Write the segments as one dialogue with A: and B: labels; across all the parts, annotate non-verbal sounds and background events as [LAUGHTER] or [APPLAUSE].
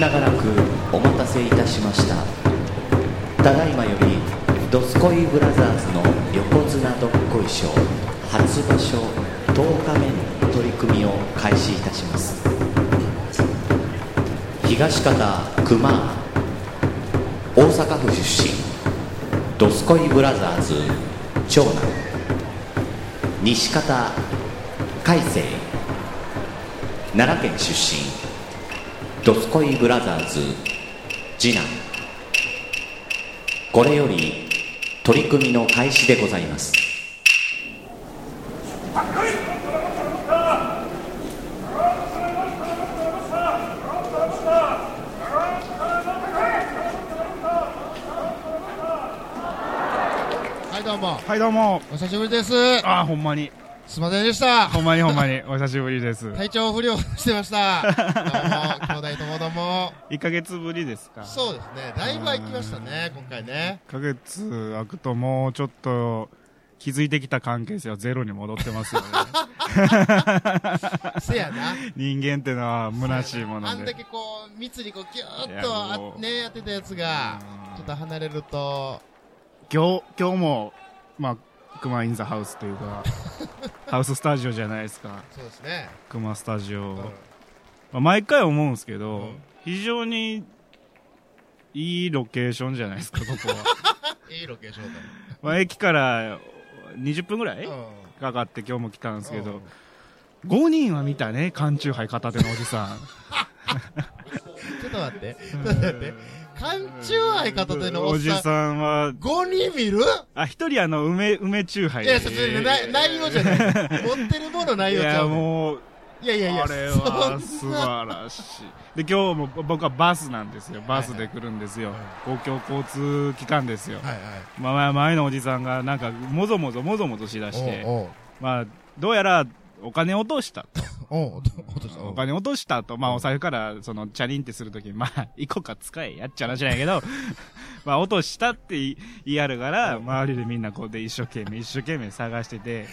A: 長らくお待たせいたしましたただいまより「どすこいブラザーズ」の横綱どっこい賞初場所10日目の取り組みを開始いたします東方熊大阪府出身どすこいブラザーズ長男西方海星奈良県出身どすこいブラザーズ次男これより取り組みの開始でございます
B: はいどうも
C: はい、どうも。
B: お久しぶりです
C: ああ、ほんまに。
B: すいませんでした
C: ほんまにほんまに。お久しぶりです。
B: 体調不良してましたどうも兄弟ともどうも
C: 1ヶ月ぶりですか。
B: そうですねだいぶ空きましたね今回ね
C: 1ヶ月空くともうちょっと気づいてきた関係性はゼロに戻ってます
B: [LAUGHS]
C: よね。
B: せやな
C: 人間ってのは虚しいも
B: あ
C: の
B: ん
C: で
B: だ。けこう密にこうギューっ
C: いや
B: と
C: も
B: あ
C: う
B: ねやってたやつがちょっと離れると
C: 今日、今日も、まあ、熊インザハウスとい
B: [LAUGHS]
C: うか、ハウススタジオじゃないですか。
B: そうですね
C: 熊スタジオ。
B: うん
C: まあ、毎回思うんですけど、
B: ん
C: 非常にいいロケーションじゃないですか、ここは。
B: いいロケーションだ
C: まあ、駅から20分ぐらい、
B: うん
C: かかって今日も来たんですけ
B: う
C: ど
B: ん、
C: 5人は見たね、缶チューハイ片手のおじさん。
B: ちょっと待ってちょっと待って缶中愛 [LAUGHS] 片手のお
C: お
B: っ
C: じ
B: さん
C: さんは、
B: 5人見る
C: あ、一人あの、梅、梅チューハイ。
B: いや、それな内容じゃない。持ってるもの内
C: い
B: 容ちゃ
C: や、
B: うねん。
C: もう、
B: いやいやいや、
C: あれは
B: そ
C: 素
B: んな
C: 晴らしい。で、今日も僕はバスなんですよ。バスで来るんですよ。公共交通機関ですよ。
B: はい
C: まあまあ、前のおじさんがなんか、もぞもぞもぞもぞしだし
B: はい。
C: て、
B: おう
C: まあ、どうやら、お金落としたと。
B: おうおうどうどうした
C: お金落としたと、まあお財布から、その、チャリンってするときに、まあ、いこか使えやっちゃ話なんやけど、 [LAUGHS] まあ落としたって言い言いやるから、周りでみんなこうで一生懸命、一生懸命探してて、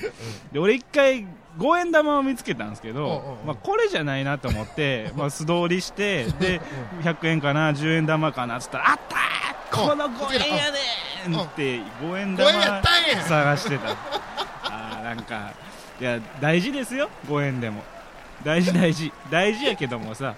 C: で、俺一回、五円玉を見つけたんですけ
B: おうおう
C: ど
B: おう、
C: まあこれじゃないなと思 [LAUGHS] って、まあ素通りして、で、100円かな、10円玉かな、っつったら、あったーこの5円やねんって、5円
B: 五円や
C: 玉
B: ったんや
C: 探してた。あーなんか、いや、大事ですよ、5円でも。大事大事大事やけどもさ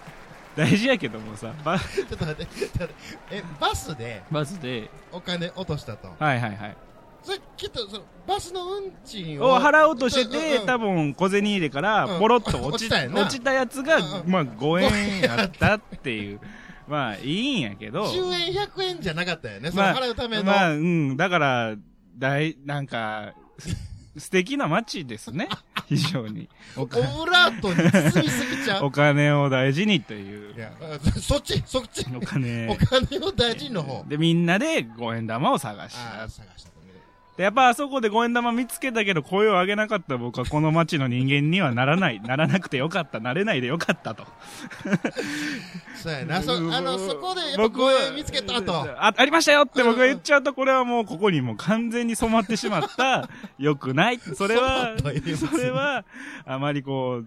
C: 大事やけどもさバ
B: ちょっと待って、ちょっと待って。え、バスで
C: バスで
B: お金落としたと。
C: はいはいはい
B: それ、きっと、その、バスの運賃を。
C: を払おうとしてて、
B: うん
C: 多。分小銭入れから
B: うん
C: ボロッと落
B: 落
C: ち,、
B: ちたよな
C: 落ちたやつが、
B: うんうん
C: まあ5円やったっていう [LAUGHS] まあいいんやけど
B: 10円、100円じゃなかったよね。その
C: まあ
B: 払うための。
C: まあうんだから大なんかす [LAUGHS] 素敵な街ですね非常
B: [LAUGHS]
C: におか
B: オブラートに包みすぎちゃ
C: お
B: う。
C: 金を大事にという
B: いや、そっち、そっち。
C: [LAUGHS] お金
B: お金を大事にの方。
C: でみんなで5円玉を探し
B: あ
C: た
B: あ、探したとね。
C: で、やっぱあそこで五円玉見つけたけど声を上げなかった僕はこの町の人間にはならない、ならなくてよかった、なれないでよかったと。
B: そうやな。そ、あの、そこで、やっぱ
C: 僕は
B: 5円見つけたと。
C: あ、ありましたよって僕が言っちゃうと、これはもうここにもう完全に染まってしまった、良くない。それは、
B: そうだと言いますね
C: それは、あまりこ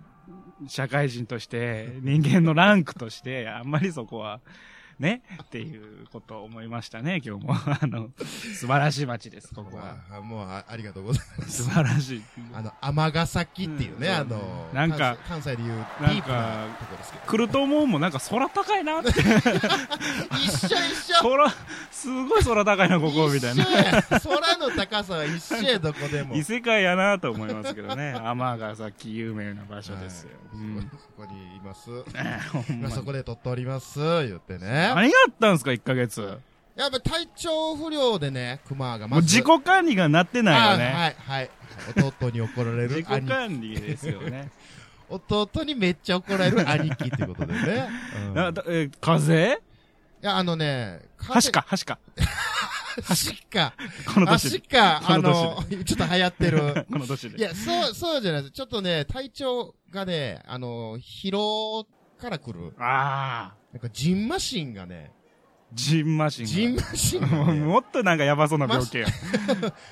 C: う、社会人として、人間のランクとして、あんまりそこは、ね、っていうことを思いましたね、今日も。 [LAUGHS] あの、素晴らしい街です、ここは。
B: まあ、もうあ、ありがとうございます。
C: 素晴らしい。
B: あの、尼崎っていうね、
C: うん
B: あの、
C: なんか
B: 関西関西でいうディープ
C: な
B: なん
C: か
B: とこですけど。
C: 来ると思うもん、なんか空高いな
B: [LAUGHS]
C: って。
B: 一緒一緒
C: 空、すごい空高いな、ここ、みたいな
B: 一。緒や空の高さは一緒や、どこでも。
C: 異世界やなと思いますけどね。 [LAUGHS] 天ヶ崎有名な場所ですよ。
B: は
C: う
B: い
C: ん
B: そこにいます。
C: ほんま
B: 今
C: に
B: そこで撮っております、言ってね。
C: 何があったんすか、1ヶ月。
B: やっぱ体調不良でね、熊が
C: もう自己管理がなってないよ
B: あ
C: ね。
B: はい、はい。弟に怒られ
C: 自
B: る
C: 己
B: 兄貴。
C: 管理ですよね。
B: 弟にめっちゃ怒られ
C: [LAUGHS]
B: る兄貴ってことでね。うん
C: なだえ風邪
B: いや、あのね、[LAUGHS]
C: 箸か、箸か。
B: 確か。
C: この年
B: 確
C: で。
B: か、
C: こ
B: あ
C: の。
B: の、ちょっと流行ってる
C: この年で。
B: いや、そう、そうじゃないです。ちょっとね、体調がね、あの、疲労から来る。
C: ああ、
B: なんか、ジンマシンがね、
C: ジンマシンが。
B: ジンマシンが
C: もう
B: ね、
C: もっとなんかやばそうな病気や。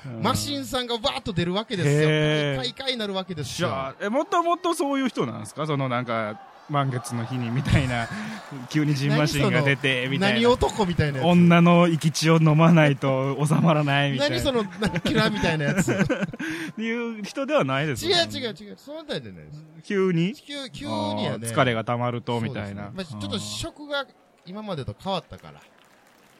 C: うん
B: マシンさんがわーっと出るわけですよ。
C: へー
B: カイカイカイになるわけです
C: じ
B: よ。
C: ゃあ、え、もともとそういう人なんですかそのなんか、満月の日にみた
B: [LAUGHS]
C: いな、急にジンマシンが出て、みたい
B: 何
C: な。
B: 男みたいなやつ。
C: [LAUGHS] 女の生き血を飲まないと収まらないみたいな。
B: 何その、なんかキラーみたいなや
C: [LAUGHS]
B: つ。違う
C: いう人ではないですよ
B: 違う違う。そのあたりじゃないです。
C: 急に
B: 急、急にはね。
C: あー疲れが溜まると、みたいな。
B: そうですねまあ、ちょっと食が今までと変わったから。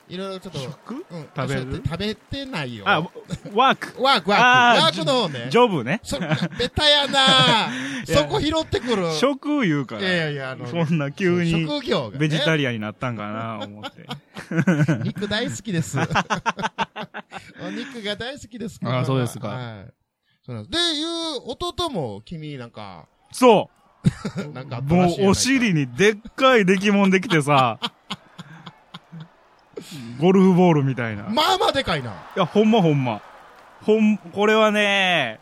B: いろいろちょっと。
C: 食
B: うん、
C: 食べる
B: そうやって食べてないよ。
C: あ、
B: ワー
C: ワーク。
B: ク、ワーク。
C: あー
B: ワークの方ね
C: ジ。ョブね。
B: そ、ベタやな
C: [LAUGHS] いや
B: そこ拾ってくる。
C: 食言うから。
B: いやいやいやあの
C: そんな急に
B: 職業が、ね。
C: ベジタリアンになったんかな、思って。
B: 肉大好き
C: [LAUGHS]
B: です。お肉が大好きです。
C: あーそうですか
B: はい。そうなんです。で、いう弟も君なんか、
C: そ
B: なんか
C: う
B: 新しいやない
C: も
B: か
C: うお尻にでっかい出来物でき
B: [LAUGHS]
C: てさ、ゴルフボールみたいな。い
B: まあまあでかいな。
C: や、ほんまほんま。ほん、これはね、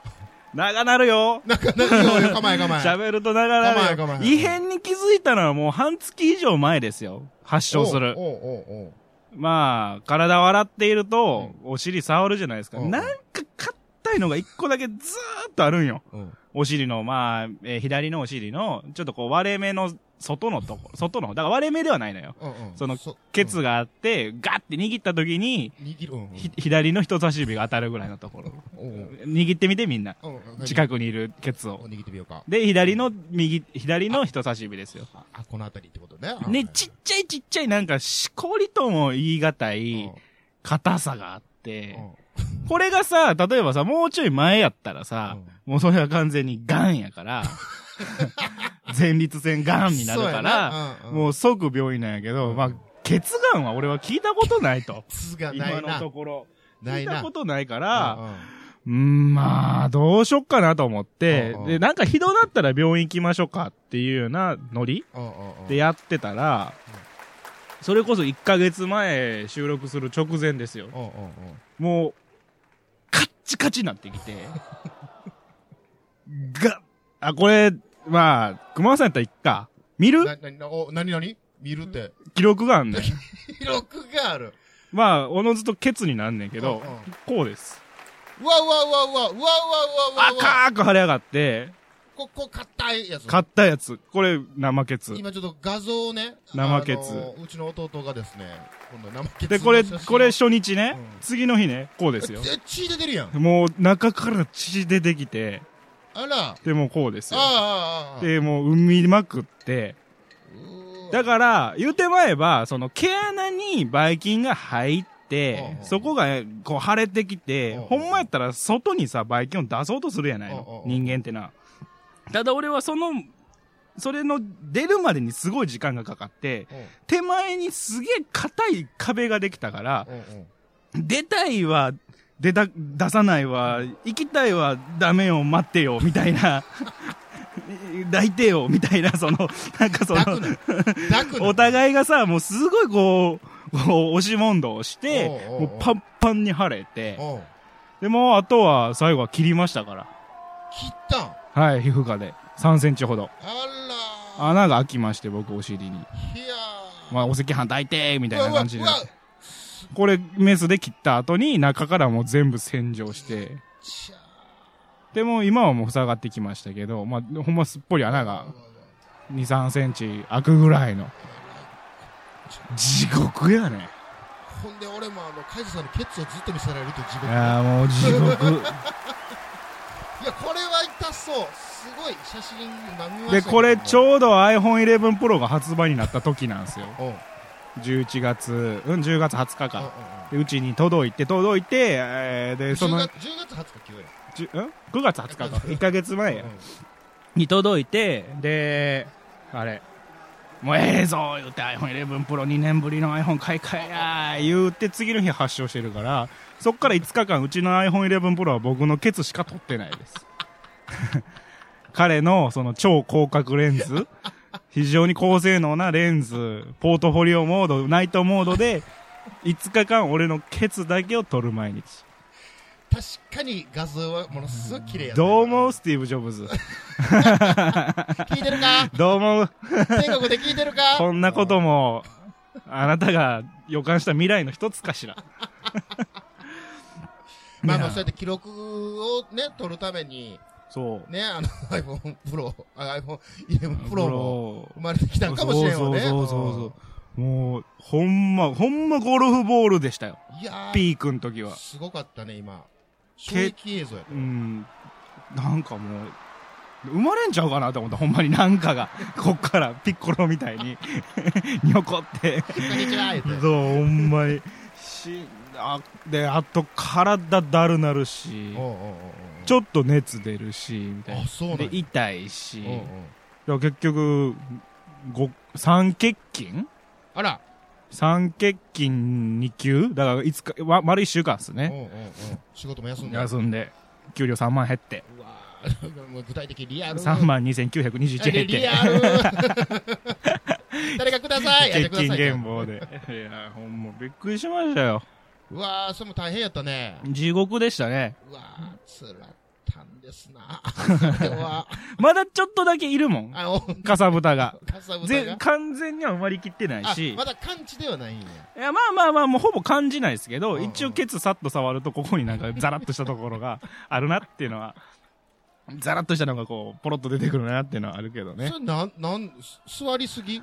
C: 長なるよ。
B: なんか、なんか、ようよう構え
C: [LAUGHS]
B: 構え。
C: 喋ると長なる
B: ごめん
C: よ
B: ご。めん
C: 異変に気づいたのはもう半月以上前ですよ。発症する。
B: おうおうおうおう
C: まあ、体を洗っていると、お尻触るじゃないですか。
B: うん
C: なんか硬いのが一個だけずーっとあるんよ。
B: うん
C: お尻の、まあ、えー左のお尻の、ちょっとこう割れ目の外のとこ、外の方。だから割れ目ではないのよ。
B: うんうん
C: そのケ
B: ケ
C: ツ
B: ツ
C: があって、ガッて握った時に、
B: 握る。うんうん
C: ひ左の人差し指が当たるぐらいのところ。
B: おう
C: 握ってみてみんな。
B: おううんうん
C: 近くにいるケツを。
B: 握ってみようか。
C: で、左の右、左の人差し指ですよ。
B: あ、あこの辺りってことね。
C: ね、ちっちゃいちっちゃいなんかしこりとも言い難
B: うん
C: い硬さがあって、
B: うん
C: これがさ、例えばさ、もうちょい前やったらさ、
B: う
C: もうそれは完全にガン
B: [LAUGHS]
C: やから、前立腺ガンになる
B: そう
C: か
B: や
C: ら、
B: なうんうん
C: もう即病院なんやけど、
B: うん。
C: まあ、血ガンは俺は聞いたことないと
B: つが [LAUGHS] な
C: 今
B: い
C: の
B: な
C: と。ころ。
B: な
C: 聞
B: い
C: いた
B: な
C: こ。とないから、
B: うんうん
C: うん、まあ、どうしよっかなと思って
B: うんう、ん
C: で、なんかひどなったら病院行きましょうかっていうようなノリ
B: うんうんうん
C: でやってたら、それこそ1ヶ月前収録する直前ですよ。
B: うんうんうん
C: もう、カッチカチになってき
B: [LAUGHS]
C: て、が、あ、これ、まあ、熊尾さんやったらいっか。見る
B: な、な、な、お、なになに見るって。
C: 記録があんねん。
B: 記録がある。
C: まあ、おのずとケツになんねんけ
B: うん
C: ど
B: うん、
C: こうです。
B: うわうわうわうわうわうわうわうわうわ。
C: 赤く腫れ上がって、
B: こ、こ、硬いやつ。
C: 買ったやつ。これ、生ケツ。
B: 今ちょっと画像をね。
C: 生ケツ
B: あのうちの弟がですね、今度生ケツ
C: で、
B: の
C: これ、
B: 写真を
C: これ初日ね
B: うん、
C: 次の日ね、こうですよ。
B: え血出てるやん。
C: もう中から血出てきて、
B: あら。あ
C: で、もうこうですよ。
B: あ、ああ、ああ。
C: で、もう産みまくって、だ
B: ら、
C: から、言うてまえば、その毛穴にばい菌が入って
B: う、ん
C: そこがこう腫れてきて、
B: うん
C: ほんまやったら外にさ、ばい菌を出そうとするやないの。
B: うん
C: 人間ってな。ただ俺はその、それの出るまでにすごい時間がかかって、
B: うん
C: 手前にすげえ硬い壁ができたから、
B: うんうん
C: 出たいは、出た、出さないは、行きたいはダメよ、待ってよ、みたい
B: [LAUGHS]
C: な。抱いてよ、みたいな、その、なんかそ
B: 抱
C: の
B: く、な。抱くな。
C: お互いがさ、もうすごいこう、こう押し問答をして、
B: おうおうおう
C: もうパンパンに晴れて、
B: うん。
C: でもうあとは最後は切りましたから。
B: 切ったん。
C: はい、皮膚科で。3センチほど。
B: あ
C: 穴が開きまして、僕お尻に。
B: ら。いやー。
C: まあ、お赤飯抱いてみ
B: み
C: たいな感じで。これ、メスで切った後に中からもう全部洗浄して。
B: ちゃ
C: でも今はもう塞がってきましたけど、まあ、ほんますっぽり穴が2、3センチ開くぐらいの。地獄や
B: ー
C: ね。
B: ほんで俺もあの、カイジさんのケツをずっと見せられるって地獄。
C: い
B: い
C: や
B: や、
C: ーもう地獄。
B: これは痛そう。すごい写真今見ました
C: [LAUGHS] で、
B: けど
C: これちょうど iPhone 11 Pro が発売になった時なんですよ。
B: うん。うんうん
C: 11月、うん、10月20日
B: うん
C: か。でうちに届いて、届いて、えーで、そ
B: 10
C: の
B: 月、10月20日急や。
C: じゅん ?9 月20日か。1ヶ月前や
B: うん
C: に届いて、で、あれ、もうええぞ言うて iPhone11 Pro2 年ぶりの iPhone 買い替えや言うて次の日発症してるから、そっから5日間うちの iPhone11 Pro は僕のケツしか撮ってないです。 [LAUGHS] 彼のその超広角レンズ、 [LAUGHS] 非常に高性能なレンズ、ポートフォリオモード、ナイトモードで、5日間俺のケツだけを撮る毎日。
B: 確かに画像はものすごく綺麗やった
C: どうも、スティーブ・ジョブズ。 [LAUGHS]
B: 聞いてるか
C: どうも、
B: 天国で聞いてる
C: [LAUGHS]
B: か
C: こんなことも、あなたが予感した未来の一つかし
B: [LAUGHS]
C: ら。
B: まあまあ
C: いや
B: そうやって記録をね、取るために、
C: そう。
B: ね、あの [LAUGHS] iPhone Pro、あ iPhone 11 Pro も
C: も
B: 生まれてきたんかもしれんわね。
C: そうそうそうそう。もう、ほんま、ほんまゴルフボールでしたよ。
B: うんいやー、
C: ピークの時は。
B: すごかったね、今。衝
C: け
B: 撃映像やった。
C: うん。なんかもう、生まれんちゃうかなと思った。ほんまになんかが、 [LAUGHS] こっからピッコロみたいに、 [LAUGHS] にょこって。
B: こんにちは言うて
C: そう、ほんまに。し、あ、で、あと体だるなるし、
B: おうおうおうおう
C: ちょっと熱出るし、みたい
B: あ、そうな
C: な。
B: んだ
C: で、痛いし、
B: おうおう
C: だから結局、ご、三欠勤
B: あら、
C: 三欠勤2級だからいつか、わ丸1週間っす
B: おう
C: ね。
B: おうおう仕事も休んだ。
C: 休んで、給料3万減って、
B: うわーもう具体的リアル。
C: 3万2921減っ
B: リ
C: て、
B: アル
C: [LAUGHS]
B: 誰かくださいあじゃあ
C: 欠
B: ください
C: 勤減俸で。 [LAUGHS] いや、ほんまびっくりしましたよ。
B: うわー、それも大変やったね。
C: 地獄でしたね。
B: うわー、つらったんです
C: [LAUGHS]
B: な。それは、
C: まだちょっとだけいるもん。
B: あの、
C: かさぶたが。
B: かさぶた
C: ぜ
B: が。
C: 完全には埋まりきってない
B: あ
C: し、
B: まだ完治ではないんや。
C: いやまあまあまあ、もうほぼ感じないですけど、
B: うんうん
C: 一応ケツさっと触ると、ここになんかザラッとしたところが [LAUGHS] あるなっていうのは、ザラッとしたのがこう、ポロッと出てくるなっていうのはあるけどね
B: そ。れなん、なん、す座りすぎ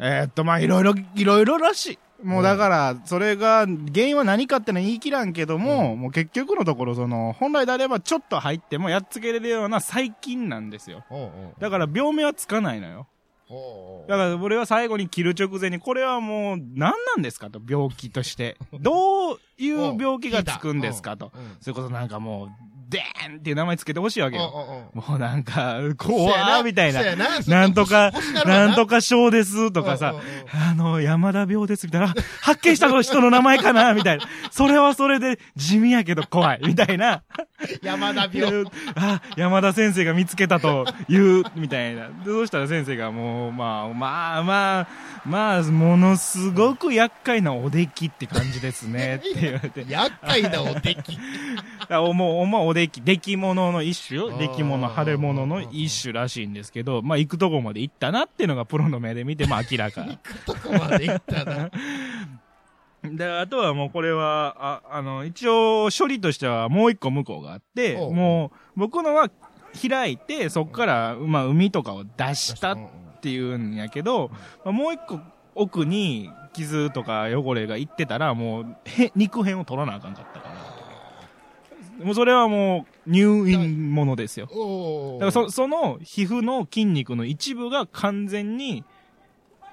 C: えーっと、まあ、いろいろ、いろいろらしい。もうだから、それが、原因は何かってのは言い切らんけども、もう結局のところ、その、本来であればちょっと入ってもやっつけれるような細菌なんですよ。
B: おうおう
C: だから、病名はつかないのよ。
B: おうおう
C: だから、俺は最後に切る直前に、これはもう、何なんですかと、病気として。どういう病気がつくんですかと。
B: うんうん
C: それこそなんかもう、でーんっていう名前つけてほしいわけ
B: おう
C: よ。
B: おうおう
C: もうなん
B: [LAUGHS]
C: か、
B: そう
C: 怖
B: やな
C: ーみたいな
B: そう。やな
C: なんとか
B: [LAUGHS] 欲しが、るわな
C: なんとか症ですとかさ
B: うんうんうん、
C: あの、山田病ですみたいな、あ発見した人の名前かなみたいな。それはそれで地味やけど怖い、みたいな。
B: 山田病。
C: あ、山田先生が見つけたと言う、みたいな。で、そうしたら先生がもう、まあ、まあまあ、まあ、ものすごく厄介なおできって感じです
B: [LAUGHS]
C: ね、って言われて。
B: 厄介なおでき。
C: あおもう、おまおでき、出来物の一種
B: あー
C: 出来物、腫れ物の一種らしいんですけど、まあ、行くとこまで行ったなっていうのがプロの目で見て、まあ、明らか。
B: どこまで行ったな。
C: で、あとはもうこれは、あ、あの、一応処理としてはもう一個向こうがあって、
B: おう
C: もう僕のは開いて、そっから、まあ、海とかを出したっていうんやけど、まあ、もう一個奥に傷とか汚れがいってたら、もう、へ、肉片を取らなあかんかったから。もうそれはもう入院ものですよ。
B: おお。
C: だからそその皮膚の筋肉の一部が完全に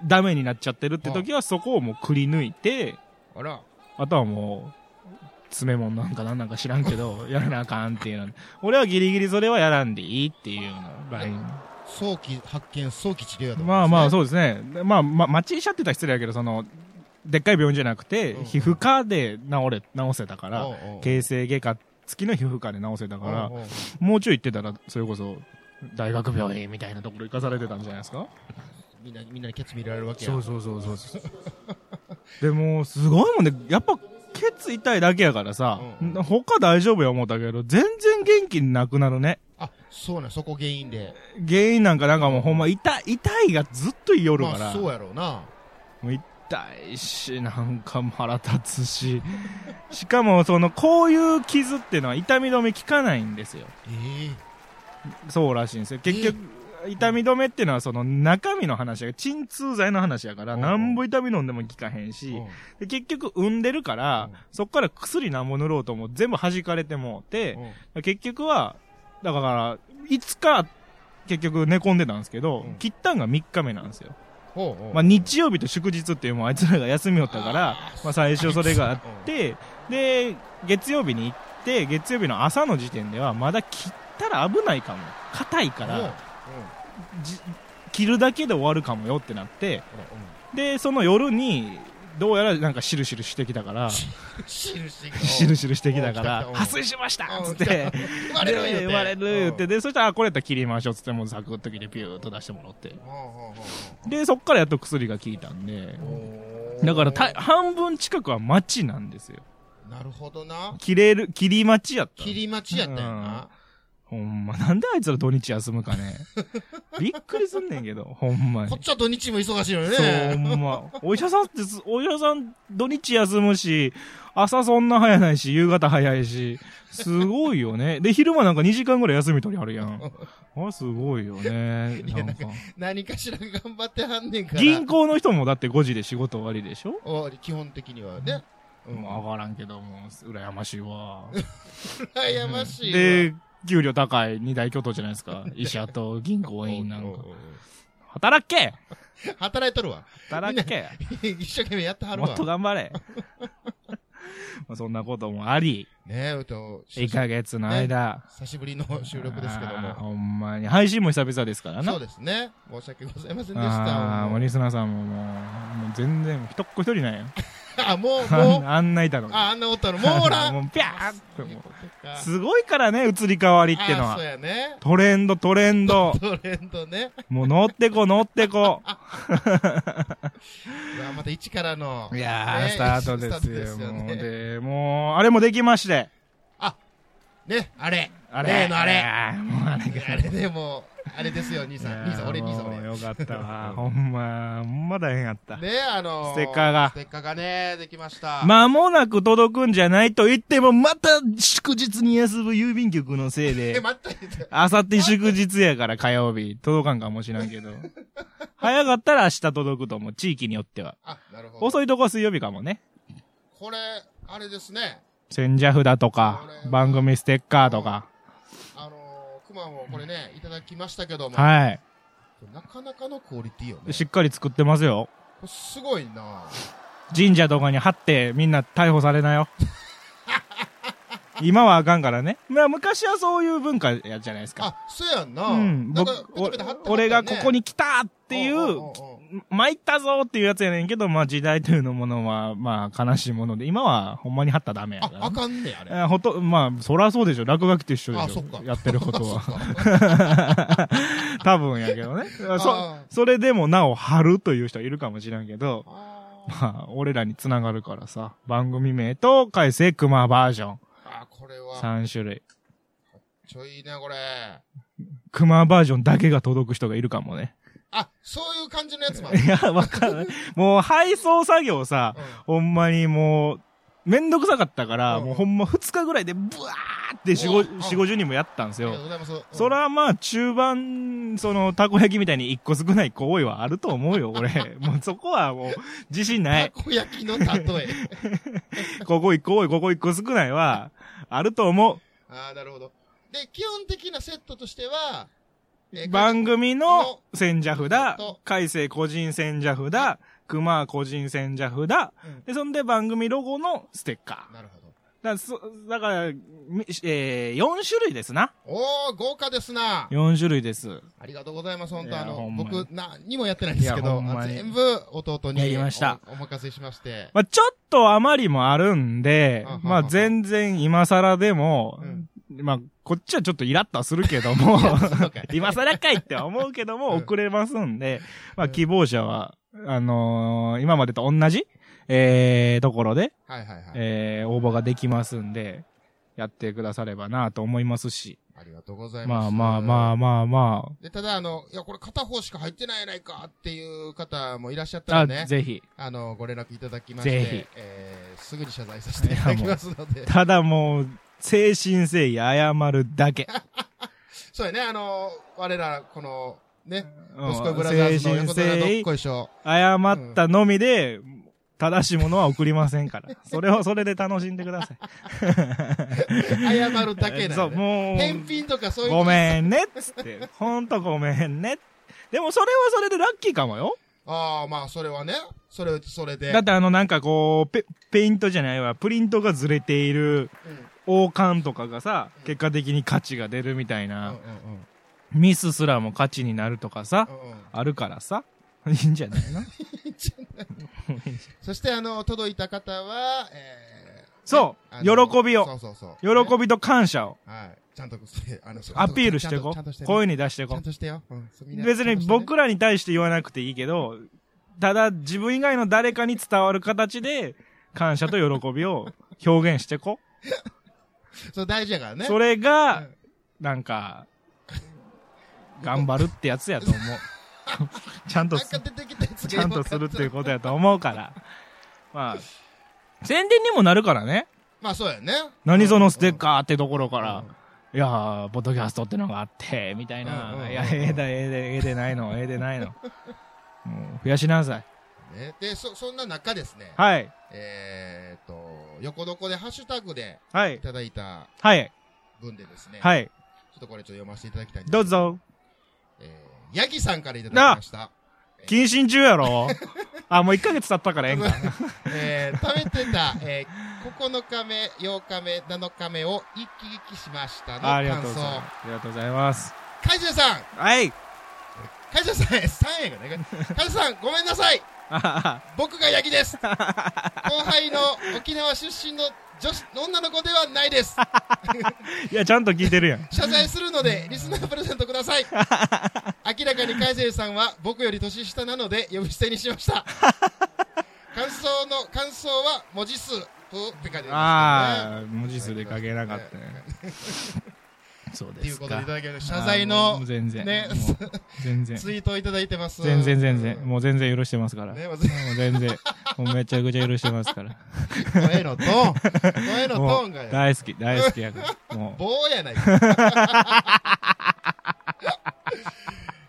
C: ダメになっちゃってるって時はそこをもうくり抜いて、
B: あら。
C: あとはもう、詰め物なんかなんなんか知らんけど、 [LAUGHS] やらなあかんっていうの。俺はギリギリそれはやらんでいいっていうの、ライン。
B: 早期発見、早期治療やと思
C: まあまあ、
B: う
C: そうですね。でまあ、まあ、町医者って言ったら失礼やけど、その、でっかい病院じゃなくて
B: うん、
C: 皮膚科で治れ、治せたか
B: ですね。
C: ら、形成外科、月の皮膚科で治せた
B: だ
C: から、もうちょい行ってたら、それこそ、大学病院みたいなところ行かされてたんじゃないですか
B: みんな、みんなにケツ見られるわけや。
C: そうそうそうそう [LAUGHS] そう。でも、すごいもんね。やっぱ、ケツ痛いだけやからさ、
B: うん
C: 他大丈夫や思ったけど、全然元気なくなるね。
B: あ、そうなん、そこ原因で。
C: 原因なんかなんかもうほんま痛い、痛いがずっと言いよるから。
B: まあ、そうやろうな。
C: もう痛いし、なんかもう腹立つし。 [LAUGHS] しかも、その、こういう傷っていうのは痛み止め効かないんですよ。
B: ええ
C: そうらしいんですよ。結局、痛み止めっていうのはその中身の話や、鎮痛剤の話やから、
B: うん
C: なんぼ痛み飲んでも効かへんし、で、結局産んでるから、
B: うん
C: そっから薬なんぼ塗ろうとも全部弾かれてもうて
B: う、ん
C: 結局は、だから、いつか、結局寝込んでたんですけど、
B: うん
C: 切ったんが3日目なんですよ。
B: ほうほう
C: まあ、日曜日と祝日っていうもうあいつらが休みよったから
B: あ、ー
C: まあ、最初それがあって、で、月曜日に行って、月曜日の朝の時点ではまだ切ったら危ないかも。硬いか
B: うんうん
C: ら、じ切るだけで終わるかもよってなって、
B: うん
C: で、その夜に、どうやらなんかシルシルしてきたから、
B: 印が
C: シルシル [LAUGHS] してきたから
B: う、ん
C: 破水しました
B: うん
C: つって、
B: [LAUGHS] 生まれる言
C: で
B: うて
C: 生まれる言って、
B: うん
C: で、そしたら、あこれやったら切りましょうつって、もうサクッと切りピューっと出してもらって。
B: ほうほうほ
C: で、そっからやっと薬が効いたんで、
B: うほう
C: だからた、半分近くは町なんですよ。
B: なるほどな
C: 切れる、切り町やった。
B: 切り待ちやったよな
C: ほんま、なんであいつら土日休むかね。びっくりすんねんけど、ほんまに
B: こっ。ちは土日も忙しいのよ
C: そう、ほ
B: ね
C: んま。お医者さんってす、お医者さん土日休むし、朝そんな早ないし、夕方早いし、すごいよね。で、昼間なんか2時間ぐらい休み取りあるや
B: [LAUGHS]
C: ん。あ、すごいよね。
B: いや
C: なんか。
B: 何かしら頑張ってはんねんから。
C: 銀行の人もだって5時で仕事終わりでしょ
B: お基本的にはね。うん。
C: もう上がらんけど、もう、羨ましいわ。
B: 羨ましいわ。
C: で、給料高い二大巨頭じゃないですか。医者と銀行員なん
B: おうお
C: か
B: う。おう
C: 働け
B: 働いとるわ。 [LAUGHS]
C: 働け
B: 一生懸命やってはる
C: もっ
B: わ。
C: と
B: ね
C: 頑張
B: [LAUGHS]
C: れまあそんなこともあり、
B: え、うと、
C: 1ヶ月の間。
B: 久しぶりの収録ですけど
C: あー
B: も。
C: ほんまに。配信も久々ですからな。
B: そうですね。申し訳ございませんでした。
C: ああ、もうリスナーさんももう、もう全然、一っ子一人なんや。
B: あ、もう、[LAUGHS]
C: あ
B: も
C: ん [LAUGHS]
B: う、
C: あんないたのに。
B: あ、あんなおったの、もうおらん。
C: [LAUGHS] もう、ぴゃー
B: そう
C: っ
B: い
C: て
B: う
C: も
B: こと
C: う。
B: か
C: すごいからね、移り変わりっての
B: あーそう
C: は。
B: やね。
C: トレンド、トレ
B: [LAUGHS]
C: ンド。
B: トレンドね。
C: もう乗ってこ、乗っ
B: [LAUGHS]
C: てこ。
B: うわまた一からの。
C: いやー、
B: ね
C: スタートですよ。
B: スタート
C: もう、
B: ね。
C: で、もう、あれもできまして。
B: ね、あれ。
C: あれ。
B: 例のあれ。
C: ーもう
B: [LAUGHS]
C: あれが。
B: あれでも、あれですよ、兄さん。兄さん、俺、兄さん、
C: も
B: 俺。
C: う
B: ね、
C: よかったわ。ほんま、ほんま大変やった。
B: あの
C: ステッカーが
B: ステッカーがね、できました。
C: 間もなく届くんじゃないと言っても、また祝日に休む郵便局のせい
B: え、
C: で、
B: 待って、
C: あさって祝日やから火曜日、届かんかもしらんけど。 [LAUGHS] 早かったら明日届くと思う、地域によっては。
B: あ、なるほど。
C: 遅いとこは水曜日かもね。
B: これ、あれですね。
C: 千社札とか、番組ステッカーとか。
B: あのー、くまもこれね、いただきましたけども。
C: は
B: なかなかのクオリティよね
C: い。。しっかり作ってますよ。
B: これすごいな
C: 神社とかに貼ってみんな逮捕されなよ。今はあかんからね。まあ昔はそういう文化やじゃないですか。
B: あ、そうやんな
C: うん。
B: なん
C: 僕
B: か、ペタペタ貼ってはったね、
C: お俺がここに来たってい
B: おんおんおん
C: う、
B: うん
C: 参ったぞっていうやつやねんけど、まあ時代というのものは、まあ悲しいもので、今はほんまに貼ったらダメや
B: あ
C: か、ら
B: あ
C: ね。
B: かんねあれ。
C: あほと、まあ、そらそうでしょ。落書きと一緒で
B: あ、
C: し
B: そ
C: ょ
B: っか。。
C: やってることは。 [LAUGHS]
B: そ [LAUGHS] っか。
C: 多分やけどね。そ
B: あ、
C: それでもなお貼るという人はいるかもしれんけど、
B: あー
C: まあ、俺らに繋がるからさ、番組名と、改正熊バージョン。
B: あ、これは、
C: 3種類。
B: ちょいね、これ。
C: 熊バージョンだけが届く人がいるかもね。
B: あ、そういう感じのやつもある。
C: [LAUGHS] いや、わかんない。もう、配送作業さ、ほんまにもう、めんどくさかったから、
B: うん
C: もうほんま2日ぐらいでブワーって4、
B: う
C: 5
B: ん
C: 四50人もやったんです
B: うんありがと
C: よ。
B: うございます。うん
C: そらまあ中盤、その、たこ焼きみたいに1個少ない行為はあると思う
B: [LAUGHS]
C: よ、俺。もうそこはもう、自信ない。
B: たこ焼きの例え。 [LAUGHS]
C: ここ1個多い、ここ1個少ないは、あると思
B: ああ、なるほど。で、基本的なセットとしては、え
C: う。
B: ー
C: [LAUGHS] 番組の選者札
B: と、
C: 改正個人選者札、熊個人選者札、
B: うん
C: で、そんで番組ロゴのステッカー。
B: なるほど。
C: だからそ、だから、みえー、4種類ですな。
B: おー、豪華ですな。
C: 4種類です。
B: ありがとうございます、本当
C: いや
B: あの
C: ほ、んまに
B: 僕、何にもやってないんですけ
C: いや
B: ど、
C: ほんま
B: あ
C: に
B: 全部弟に
C: やりました
B: おお任せしま
C: [LAUGHS]
B: して。
C: まあ、ちょっと余りもあるんで
B: あは、は
C: まあ、全然今更でも
B: うん、
C: まあ、こっちはちょっとイラッとはするけども、
B: そうかい
C: [LAUGHS] 今更かいっては思うけど
B: う
C: も、
B: ん
C: 遅れますんで、ま
B: う
C: あ、
B: ん
C: 希望者は、あのー今までと同じ、えー、ところで、
B: はいはいはい。
C: えー、応募ができますんで、やってくださればなと思いますし、
B: ありがとうござい
C: ま
B: ま
C: あ
B: す。
C: まあまあ
B: あ。
C: まあま
B: で、ただあの、いや、これ片方しか入ってないやないかっていう方もいらっしゃった
C: あ、
B: ら
C: あ
B: ね、
C: ぜひ。
B: あの、ご連絡いただきまして、
C: ぜひ
B: えー、すぐに謝罪させていただきますので。
C: [LAUGHS] ただもう、精神誠意謝る
B: [LAUGHS]
C: だけ。
B: そうやね、あの、我ら、この、ね、
C: うん
B: ドスコイブラザーズの
C: 精神
B: 横綱ど
C: 誠
B: っ
C: 意
B: こいしょ。
C: 謝ったのみで、正しいものは送りませんから。 [LAUGHS] それはそれで楽しんでください。
B: 謝る [LAUGHS] だけな
C: そう、
B: の、ね。
C: も
B: 返
C: う、
B: 品とかそういう。
C: ごめんねっつって、 [LAUGHS] ほんとごめんね。でもそれはそれでラッキーかもよ。
B: ああ、まあ、それはね。それ、それで。
C: だってあのなんかこう、ペ、ペイントじゃないわ、プリントがずれている
B: うん
C: 王冠とかがさ、結果的に価値が出るみたい
B: うんう
C: な、
B: ん
C: ミスすらも価値になるとかさ
B: う、ん。うんうん
C: あるからさ、 [LAUGHS] いいんじゃないの
B: そして、あの、届いた方は、えー、
C: そ
B: あ
C: う、
B: の
C: 喜び
B: そ
C: を、
B: うそうそう。
C: 喜びと感謝を。
B: ねはい。ちゃんと、あの、
C: アピールしていこ
B: ちゃんとちゃ
C: う。
B: んと
C: 声
B: してね
C: に出してい
B: ちゃ
C: こ
B: んとしてよ。うんそうみん
C: う。
B: な
C: 別に
B: ちゃんとして
C: 僕らに対して言わなくていいけど、ただ自分以外の誰かに伝わる形で、感謝と喜びを表現していこ
B: ねそう、大事やから [LAUGHS]
C: う。
B: ね。
C: それ
B: う
C: が
B: ん、
C: なんか、頑張るってやつやと思う。ちゃんと
B: なん [LAUGHS]
C: す
B: か、出てきたやつが
C: ちゃんとするっていうことやと思うから。まあ、宣伝にもなるからね。
B: まあそうやね。
C: 何そのステッカーってところから、いやー、ポッドキャストってのがあって、みたいな。
B: うんうんうん
C: いや、ええだ、ええで、ええでな
B: [LAUGHS]
C: いの、ええでないの。もう増やしなさい。
B: ー。ね、で、そ、そんな中ですね。
C: はい。
B: えーっと、横どこでハッシュタグで
C: はいい。
B: ただいた
C: はい。
B: 分でですね。い。
C: はい。
B: ちょっとこれちょっと読ませていただきたいんです
C: どう。ぞ。
B: えー、ヤギさんからいただきました。
C: 謹慎中やろあ、もう1ヶ月経ったからええん
B: [LAUGHS]
C: か。
B: [LAUGHS] えー、食べてた、えー、9日目、8日目、7日目を一気一気しましたの
C: あありがと
B: 感
C: うござい
B: 想
C: ま。す。ありがとうございます。
B: 海獣さん
C: はい。
B: 海獣さん、3円がね。海獣さん、ごめんなさい
C: あ
B: 僕がヤギです後輩の沖縄出身の女子、女の子ではないです
C: [LAUGHS] いや、ちゃんと聞いてるやん。
B: 謝罪するので、リスナープレゼントください明らかにカイゼルさんは僕より年下なので呼び捨てにしました感想の、感想は文字数とって書い [LAUGHS] てあります
C: ああ、文字数で書けなかったね。そう
B: けどね。って
C: で
B: いう
C: す
B: ことでい
C: か
B: た。だきました。謝罪の
C: もう全然。
B: ね
C: もう
B: [LAUGHS]
C: 全然。
B: ツイートをいただいてます。
C: 全然全然。もう全然許してますから。
B: ね
C: も
B: まず
C: う全然。もうめちゃくちゃ許してますから。
B: 声のトーン。声のト
C: も
B: ー
C: う
B: ンがよ
C: 大好き、大好きや
B: [LAUGHS]
C: から。もう。
B: 棒やないか。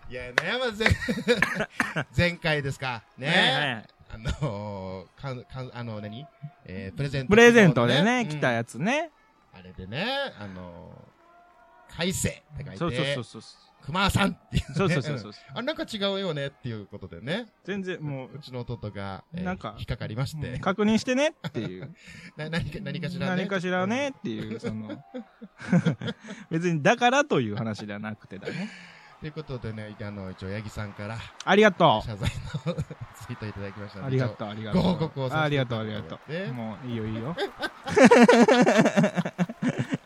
B: いや、ね、まあ、前前回ですか。ね。
C: ね
B: あのー、かん、かん、あの、何えー、プレゼント、
C: プレゼントでね、来た
B: うん
C: やつね。
B: あれでね、あのー、海星って書いて、
C: そうそうそうそう。
B: 熊さんっていう、ね。
C: そうそうそうそう。
B: [LAUGHS] あ、なんか違うよねっていうことでね。
C: 全然も
B: うちの弟が、えー
C: なんか
B: 引っかかりまし
C: う、
B: て。
C: 確認してねっていう。
B: な、何か、 [LAUGHS] 何かしらね。
C: 何かしらねっていう、その、 [LAUGHS] 別にだからという話ではなくてだね。
B: ということでね、あの、一応、八木さんから、
C: ありがとう
B: 謝罪のツイートいただきましたので
C: ありがとう、ありがと
B: ご
C: う。
B: 報告をさせ
C: あ
B: て
C: り
B: い
C: が
B: た
C: とう、
B: だ
C: あ
B: きま
C: りが
B: した
C: と
B: ね
C: う。もう、いいよ、い
B: [LAUGHS]
C: いよ。 [LAUGHS]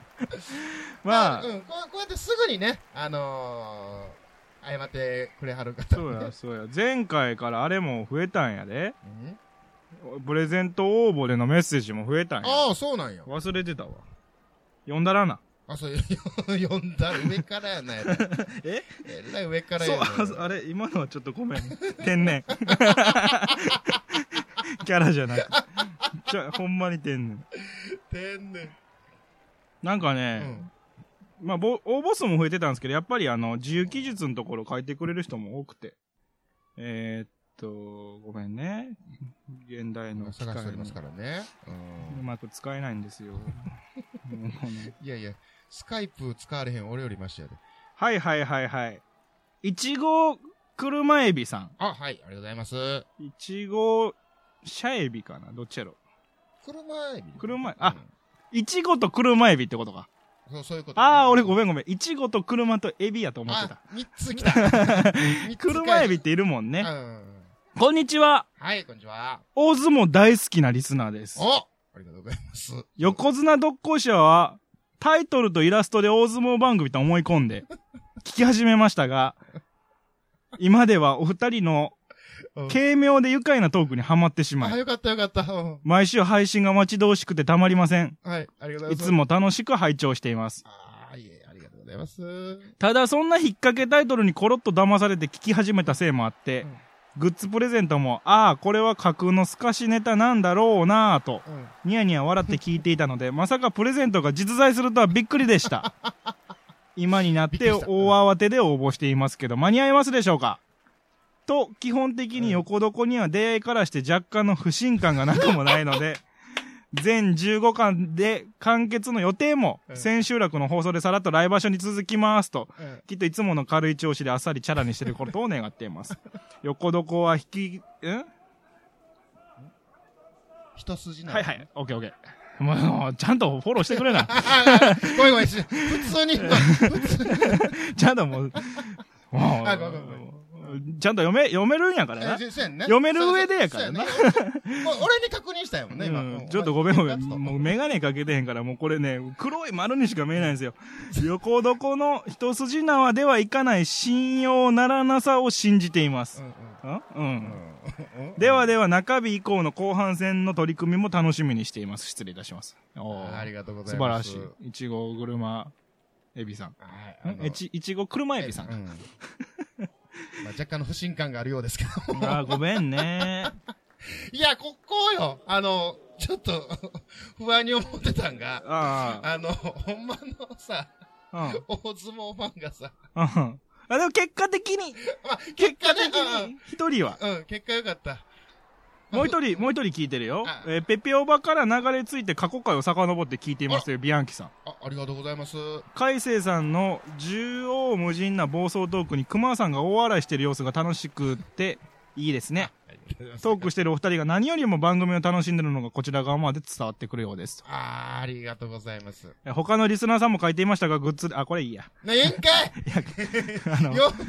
B: ま
C: ま
B: あ、
C: あ
B: う、ん、こうこうやってすぐにね、あのー、謝ってくれはる方
C: そうや、
B: ね。
C: そうや。前回からあれも増えたんやで。
B: うん
C: プレゼント応募でのメッセージも増えたんや。
B: ああ、そうなんよ。
C: 忘れてたわ。呼んだらな。
B: あ、そう、呼んだ上からやなやろ。
C: [LAUGHS] え
B: えらい上から
C: そう
B: やな、
C: ああれ、今のはちょっとごめん。天然。 [LAUGHS] キャラじゃなくちょ、ほんまに天然。
B: 天然。
C: なんか
B: う
C: ね、
B: ん。
C: まあ、ぼ応募数も増えてたんですけど、やっぱりあの、自由記述のところ書いてくれる人も多くて。えー、っと、ごめんね。現代の機
B: 探してお
C: 械
B: ります
C: に
B: からね。う。
C: うんまく使えない
B: [LAUGHS]
C: んですよ。もうね
B: いやいや、スカイプ使われへん俺よりましたやで。
C: はいはいはいはい。いちご車エビさ
B: あ、はい、ありがとうございます。
C: ん。いちご車エビかなどっちやろ
B: 車エビ。
C: 車エビあいちごと車エビってことか。
B: うん、そう、そういうこと、
C: ああ、俺ご
B: ん。
C: めんごめん。いちごと車とエビやと思ってた
B: あ。、三つ
C: [LAUGHS]
B: 来た。三つ
C: 車エビっ
B: ね。
C: ているもん
B: う
C: ね。
B: ん。
C: こんにちは。
B: はい、こんにちは。
C: 大相撲大好きなリスナーです。
B: おありがとうございます。
C: 横綱独行者は、タイトルとイラストで大相撲番組と思い込ん
B: [LAUGHS]
C: で、聞き始めましたが、今ではお二人の
B: うん
C: 軽妙で愉快なトークにハマってしま
B: あ、
C: い、
B: よかったよかった。うん
C: 毎週配信が待ち遠しくてたまりません。
B: はい、ありがとうございま
C: い
B: す。
C: つ。も楽しく拝聴しています。
B: ああ、いえ、ありがとうございます。
C: ただそんな引っ掛けタイトルにコロッと騙されて聞き始めたせいもあって
B: うん、
C: グッズプレゼントも、ああ、これは架空の透かしネタなんだろうなぁと、
B: うん。
C: ニヤニヤ笑って聞いていたので、まさかプレゼントが実在するとはびっくりで
B: [LAUGHS]
C: した。今になっ
B: びっくり
C: て大
B: した
C: 慌てで応募していますけど、間に合いますでしょうかと、基本的に横床には出会いからして若干の不信感がなくもない
B: [LAUGHS]
C: ので、全15巻で完結の予定も、
B: うん
C: 千秋楽の放送でさらっと来場所に続きますと、
B: うん
C: きっといつもの軽い調子であっさりチャラにしてることを願って
B: [LAUGHS]
C: います。横床は引き、ん
B: 一筋な
C: はいはい、オッケーオッケー。もう、ちゃんとフォローしてくれな。
B: ああごめんごめん。普通に、普通に。
C: ちゃんともう、も
B: [LAUGHS]
C: う
B: あごめんご
C: ちゃんと読め、読めるんやからな。
B: そうやんね
C: 読める上でやからな
B: そうそうやねもう俺に確認したよもんね、今。
C: うんちょっとごめんごめん。もう
B: も
C: メガネかけてへんから、もうこれね、黒い丸にしか見えないんですよ。 [LAUGHS] 横床の一筋縄ではいかない信用ならなさを信じています。んうん。ではでは中日以降の後半戦の取り組みも楽しみにしています。失礼いたします。おー
B: ありがとうござ
C: 素
B: い
C: 晴
B: ま
C: ら
B: す。
C: しい。いちご車エビさん。
B: はい。あ
C: ん
B: の
C: えち、いちご車エビさ。
B: うんん。まあ若干の不 [LAUGHS] 信感があるようですけども。 [LAUGHS]
C: あーごめんね。
B: いや、ここよ。あの、ちょちょっと [LAUGHS] 不安に思ってたんが、
C: あ
B: あの、ほんまのさ、
C: あ。うん。
B: 大相撲ファンがさ、
C: うん。あ、でも結果的に、
B: まあ、結
C: 結果
B: 果
C: 的
B: ね、
C: に、一人は。
B: うん、うん、結果よかった。
C: もう
B: [LAUGHS]
C: 一人、もう一人聞いてるよ
B: あ。
C: えーペペオバから流れ着いて過去回を遡って聞いていますよ、ビアンキさん。
B: あ、ありがとうございます。
C: 海星さんの縦横無尽な暴走トークに熊さんが大笑いしてる様子が楽しくて、いいですね。トークしてるお二人が何よりも番組を楽しんでるのがこちら側まで伝わってくるようです。
B: あー、ありがとうございます。
C: え他のリスナーさんも書いていましたが、グッズで、あ、これいいや。
B: ね、ええん
C: [LAUGHS]
B: かい
C: あ
B: [LAUGHS]
C: の、
B: よ、呼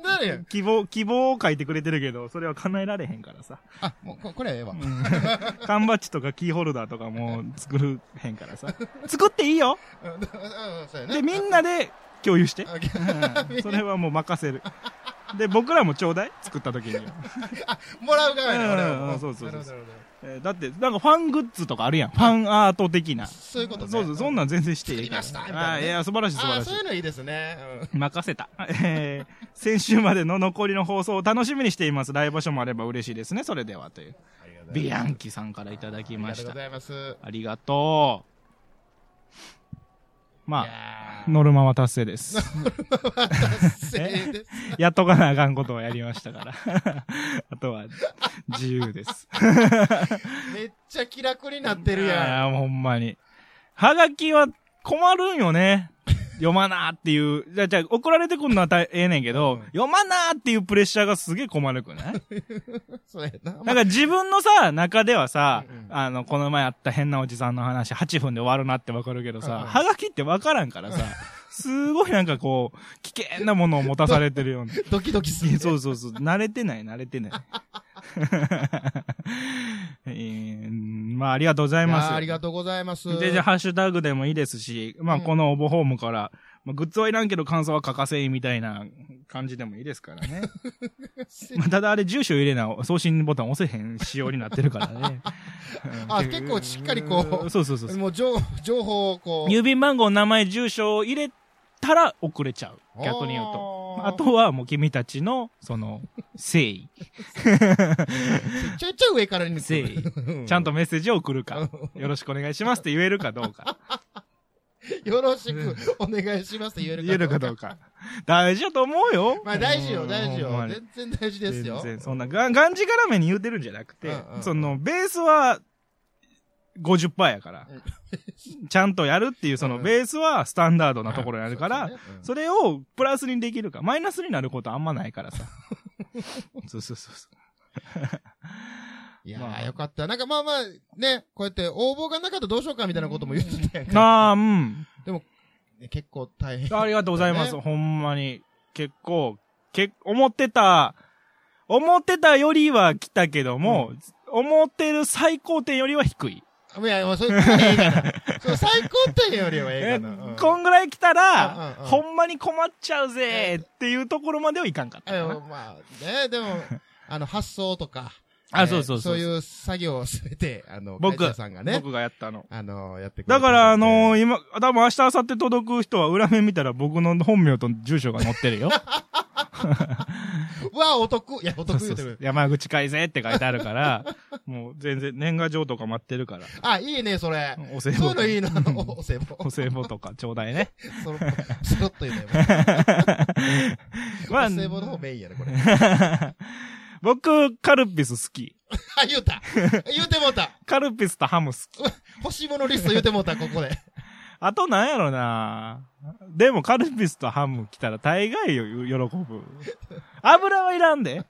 B: んだらやん。
C: 希望、希望を書いてくれてるけど、それは叶えられへんからさ。
B: あ、 [LAUGHS] もう、ここれええわ。
C: 缶バッジとかキーホルダーとかもう作るへんからさ。作っていいよ
B: うん、うんうんそうやね。
C: で、みんなで共有して。
B: あげ
C: うんそれはもう任せる。で、僕らもちょうだい作った時には。
B: もらう側やね、俺は
C: うんうん
B: も
C: うんそうそうそう
B: なるほどなるほど
C: えーだって、なんかファングッズとかあるやん。ファンアート的な。
B: そういうことね。
C: そうそう、そん
B: な。
C: なん全然していいから。
B: 作りましたみたいなね
C: あーいや、素晴らしい素晴
B: あー、
C: らしい
B: そうい。うのいいですね。うん
C: 任せた。えー、先週までの残りの放送を楽しみにしています。来場所もあれば嬉しいですね。それではという。
B: ありがとうございます
C: ビアンキさんからいただき
B: あり
C: ま
B: がと
C: し
B: うご
C: た。
B: ざいます。
C: ありがと
B: い
C: う。ま
B: や
C: あ、ノルマは達成です。 [LAUGHS]
B: ー達成です。
C: やっとかなあかんことをやりましたから。 [LAUGHS] あとは、自由です。
B: めっちゃ気楽になって
C: い
B: るやん。
C: やー、ほんまに。はがきは困るんよね。読まなーっていう。じゃあ、じゃあ送られてくるのは大ええねんけど、読まなーっていうプレッシャーがすげえ困るくない
B: そうやな。
C: なんか自分のさ、中ではさ
B: うんう、ん
C: あの、この前あった変なおじさんの話、8分で終わるなってわかるけど
B: うんう
C: さ、
B: ん
C: はがきってわからんか
B: [LAUGHS]
C: らさ、すごいなんかこう、危険なものを持たされてるような。
B: [LAUGHS] ドキドキす
C: いや
B: る。
C: そうそうそう。慣れてない、慣れてない。 [LAUGHS] えーまあ、ありがとうございます。
B: あーありがとうございます。
C: 全然ハッシュタグでもいいですし、まあ、
B: うん
C: この応募フォームから、まあ、グッズはいらんけど感想は欠かせんみたいな感じでもいいですから
B: [LAUGHS]
C: ね。まあ、ただあれ、住所入れな、送信ボタン押せへん仕様になってるからね。
B: [LAUGHS] あ結構しっかりこう
C: そうそうそうそう。
B: もう情情報をこう。
C: 郵便番号、名前、住所を入れたら遅れちゃう。逆に言うと。
B: と
C: あ、とはもう君たちの、その、誠意。
B: ちょいちょい上からに
C: 誠意。
B: うん
C: ちゃんとメッセージを送るか。よろしくお願いしますって言えるかどうか。
B: よろしくお願いしますって [LAUGHS] 言える
C: 言えるかどうか。大事だと思うよ。
B: まあ大事よ、大事よ
C: ほんま。に
B: 全然大事ですよ。
C: 全然、そんな、がん、がんじがらめに言うてるんじゃなくて、
B: うんうんうん
C: その、ベースは、50%やから。ちゃんとやるっていう、その、
B: うん
C: ベースはスタンダードなところにあるから、
B: そうですねうん
C: それをプラスにできるか、マイナスになることあんまないか
B: [LAUGHS]
C: らさ。そうそうそうそう。
B: いや
C: まあ
B: ー、よかった。なんかまあまあ、ね、こうやって応募がなかったらどうしようかみたいなことも言ってたやんか。
C: ああ、うん。
B: ね結構大変。
C: ありがとうございます。
B: ね
C: ほんまに。結構、け、思ってた、思ってたよりは来たけども、思ってる最高点よりは低い。
B: いや、もうそれ、ええかな。
C: [LAUGHS]
B: そう最高点よりはえ
C: え
B: えかな。うん
C: こんぐらい来たら、
B: うんうんうん
C: ほんまに困っちゃうぜっていうところまではいかんかった
B: あ
C: か
B: の
C: な。
B: まあ、ね、でも、あの、発想とか。
C: あ
B: えー
C: そうそうそ
B: そう
C: う
B: いう作業をすべて、あの、
C: 僕
B: 会社さんがね、
C: 僕がやったの。
B: あの、やってくれて
C: だから、あ
B: るんで
C: のー今、多分明日、明後日届く人は裏面見たら僕の本名と住所が載ってるよ。
B: うわ、お得いや、お
C: そ
B: [LAUGHS]
C: う
B: 得
C: そ
B: 言
C: う
B: うて
C: そう
B: る。
C: 山口海ぜって書いてあるから、 [LAUGHS] もう全然年賀状とか待ってるから。
B: あ、いいね、それ。
C: お歳
B: そうい
C: 暮
B: うのいいな、おお歳
C: お
B: 暮。
C: 歳暮とかちょうだいね。
B: そろそろっと言うね。 [LAUGHS] お
C: まあ
B: 歳暮の方メインやね、これ。
C: 僕、カルピス好き。
B: あ、言うた。言うてもうた。
C: カルピスとハム好き。
B: 欲しいものリスト言うてもうた、ここで。
C: あとなんやろなでもカルピスとハム来たら大概よ喜ぶ。油はいらんで。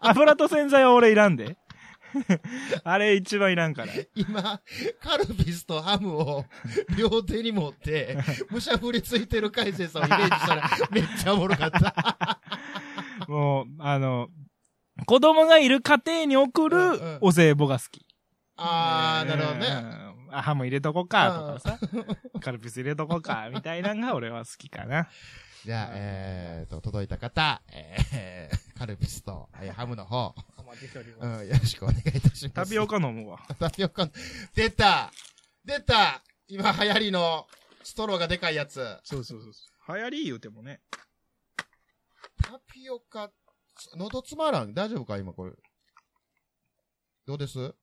C: 油と洗剤は俺いらんで。 [LAUGHS] あれ一番いらんから。
B: 今、カルピスとハムを両手に持って、むしゃぶりついてる海星さんをイメージしたら、めっちゃおもろかった。
C: もう、あの、子供がいる家庭に送る
B: うんうん
C: お歳暮が好き。
B: あー、なるほどね。
C: うん。あハム入れとこか、とかさ。カルピス入れと
B: [LAUGHS]
C: こか、みたいなのが俺は好きかな。
B: じゃあ、えーと、届いた方、えー、カルピスと、えーハムの方、うん、よろしくお願いいたします。
C: タピオカ飲むわ。
B: タピオカ。出た出た今流行りのストローがでかいやつ。
C: そうそうそう。流行り言うてもね。
B: タピオカ、喉つまらん。大丈夫か今これ。どうです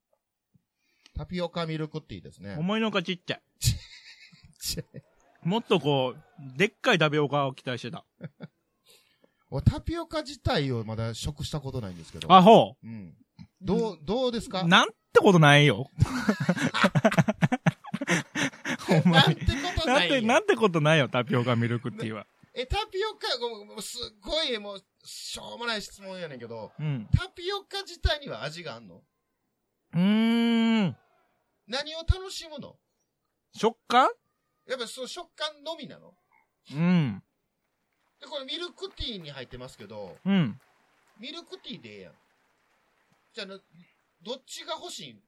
B: タピオカミルクティーですね。
C: 思いのほかちっちゃい。
B: ちっち
C: もっとこう、でっかいタピオカを期待してた。
B: 俺タピオカ自体をまだ食したことないんですけど。
C: あほ
B: うん。どう、どうですか [LAUGHS]
C: う。なんてことないよ。ほんま
B: なん
C: に
B: て。こと
C: な
B: なんい
C: て、
B: よ。
C: なんてことないよ、タピオカミルクティーは。
B: え、タピオカ、ごめんもうすっごい、もう、しょうもない質問やねんけど、
C: うん。
B: タピオカ自体には味があんの
C: うーん。
B: 何を楽しむの
C: 食感
B: やっぱその食感のみなの
C: うん。
B: で、これミルクティーに入ってますけど、
C: うん。
B: ミルクティーでええやん。じゃあな、どっちが欲しいん、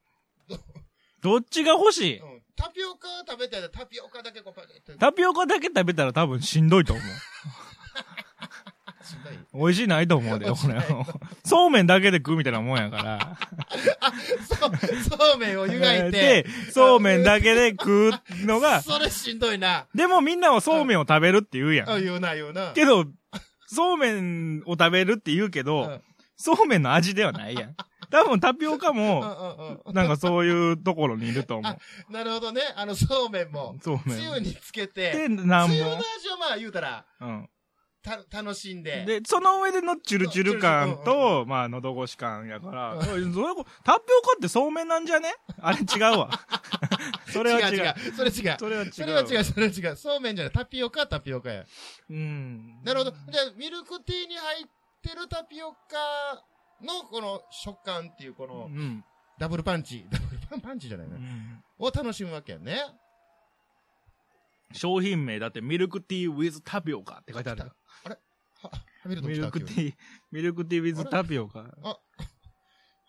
C: どっちが欲しい
B: うん、タピオカ食べたらタピオカだけこうパケ
C: [LAUGHS]
B: って。
C: タピオカだけ食べたら多分しんどい
B: [LAUGHS]
C: と思う。
B: しんどい
C: 美味しいないと思うで、これ。そうめんだけで食うみたいなもんやから。
B: そう、そうめんを湯がいて。
C: で、そうめんだけで食うのが、
B: それしんどいな。
C: でもみんなはそうめんを食べるって言うや
B: あ、
C: ん。
B: 言うな、言うな。
C: けど、そうめんを食べるって言うけ
B: う
C: ど
B: ん、
C: そうめんの味ではないや
B: [LAUGHS]
C: ん。多分タピオカ
B: うん
C: も、
B: うんうん
C: なんかそういうところにいると思う。
B: なるほどね。あの、そうめんも、
C: そう
B: つ
C: めん。
B: ゆにつけ
C: で、
B: て、
C: なん
B: つゆの
C: も
B: 味。をまあ言うたら、
C: うん。
B: た、楽しんで。
C: で、その上でのチュルチュル感
B: チュルチュル
C: と、まあ、喉越し感やから、そういうタピオカってそうめんなんじゃねあれ違う
B: [LAUGHS]
C: わ。それは違
B: 違
C: う。
B: う。それ違う。
C: それは違う。
B: それは違う、それは違う。そうめんじゃない。タピオカはタピオカや。
C: うん。
B: なるほど。じゃあ、ミルクティーに入ってるタピオカのこの食感っていうこ
C: う
B: の
C: ん。
B: ダブルパンチ。 [LAUGHS] ダブルパンパンチじゃないね。を楽しむわけやね。
C: 商品名だってミルクティー with タピオカって書いてある。
B: は、ハミルトン
C: ミ
B: 来た
C: ルクテ
B: ー。
C: ィー、ミルクティー
B: あ
C: with
B: れ
C: タピオカ。
B: ハ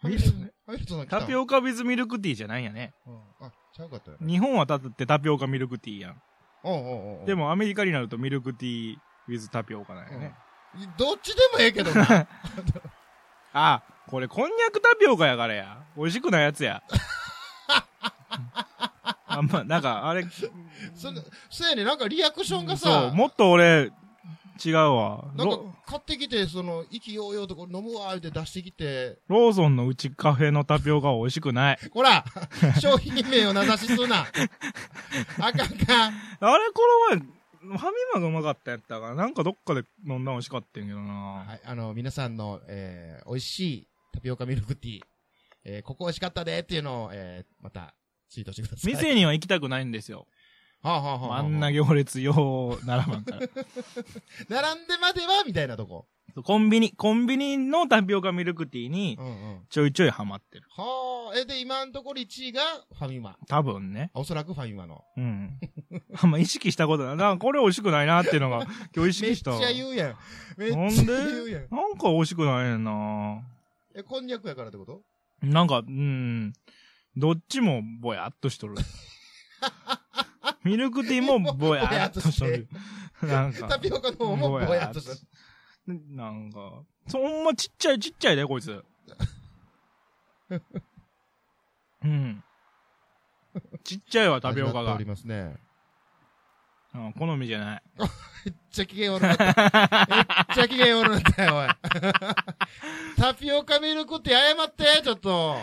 B: ミルトン、ハミルトン来た。
C: タピオカ with ミルクティーじゃないんやね。
B: うんあ、ちゃうかったよね。
C: 日本はだってタピオカミルクティーやん。
B: おうおうおうおう
C: で、もアメリカになるとミルクティー with タピオカなん
B: う
C: や
B: ん
C: ね。
B: どっちでもええけどな。
C: あ、これこんにゃくタピオカやからや。美味しくないや
B: [LAUGHS]
C: つや。あんま、なんか、あれ、
B: それ、せやね、なんかリアクションが
C: そう、
B: さ、
C: もっと俺、違うわ。
B: なんか
C: ロ
B: 買ってきて、その、意気揚々とこれ飲むわ、言うて出してきて、
C: ローソンのうちカフェのタピオカは美味しくない。
B: こら [LAUGHS] 商品名を名指しするな。あかんかん。
C: あれ、これは、ファミマがうまかったやったから、なんかどっかで飲んだら美味しかったんやけどな。
B: はい、あの、皆さんの、えー、美味しいタピオカミルクティー、えー、ここ美味しかったでっていうのを、えー、また、ツイートしてください。
C: 店には行きたくないんですよ。
B: はあ、はあはあはあ、
C: あんな行列よう並ば
B: [LAUGHS]
C: んから。
B: 並んでまではみたいなとこ。
C: コンビニ、コンビニのタピオカミルクティーに
B: うんうん。
C: ちょいちょいハマってる。
B: はあ、え、で、今のところ1位がファミマ。
C: 多分ね。
B: おそらくファミマの。 [LAUGHS]
C: うん。あんま意識したことない。なんかこれ美味しくないなっていう
B: [LAUGHS]
C: のが今日意
B: めっ
C: 識し
B: ち
C: た。
B: ゃ言うやん。めっ
C: なん
B: ちゃ
C: で
B: 言うやん。
C: なんか美味しくないねんな
B: え、こんにゃくやからってこと
C: なんか、うん。どっちもぼやっとし
B: [LAUGHS]
C: とる。ミルクティーもぼやっとし
B: [LAUGHS]
C: とる。なんか。
B: タピオカの方もぼやっとした。
C: なんか、そんまちっちゃいちっちゃいで、こ
B: [LAUGHS]
C: いつ。うん。ちっちゃいわ、タピオ
B: なっ
C: カ
B: て
C: が
B: おり。ますね。
C: うん好みじゃない。
B: めっちゃ機嫌悪なった。めっちゃ機嫌悪なったよ、おい。 [LAUGHS] タピオカミルクって謝って、ちょっと。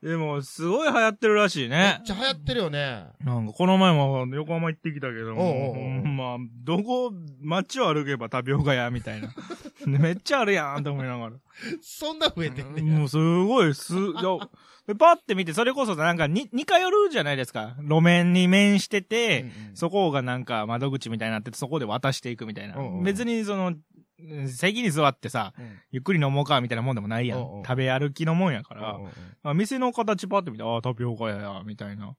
C: でも、すごい流行ってるらしい
B: め
C: ね
B: っ。ちゃ流行ってるよね。
C: なんか、この前も横浜行ってきたけども、
B: おうおうおう
C: ほんまあ、どこ、街を歩けばタピオカや、みた
B: [LAUGHS]
C: いな。めっちゃあるやん、と思いながら。
B: [LAUGHS] そんな増えてんね
C: もうすごい、す、いや、でパって見て、それこそなんかに、似通るじゃないですか。路面に面してて、そこがなんか窓口みたいになってて、そこで渡していくみたいな。
B: うんうん
C: 別にその、うん席に座ってさ、ゆっくり飲もうか、みたいなもんでもないやん。
B: うんうん
C: 食べ歩きのもんやから、あ店の形パって見て、ああ、タピオカやや、みたいな。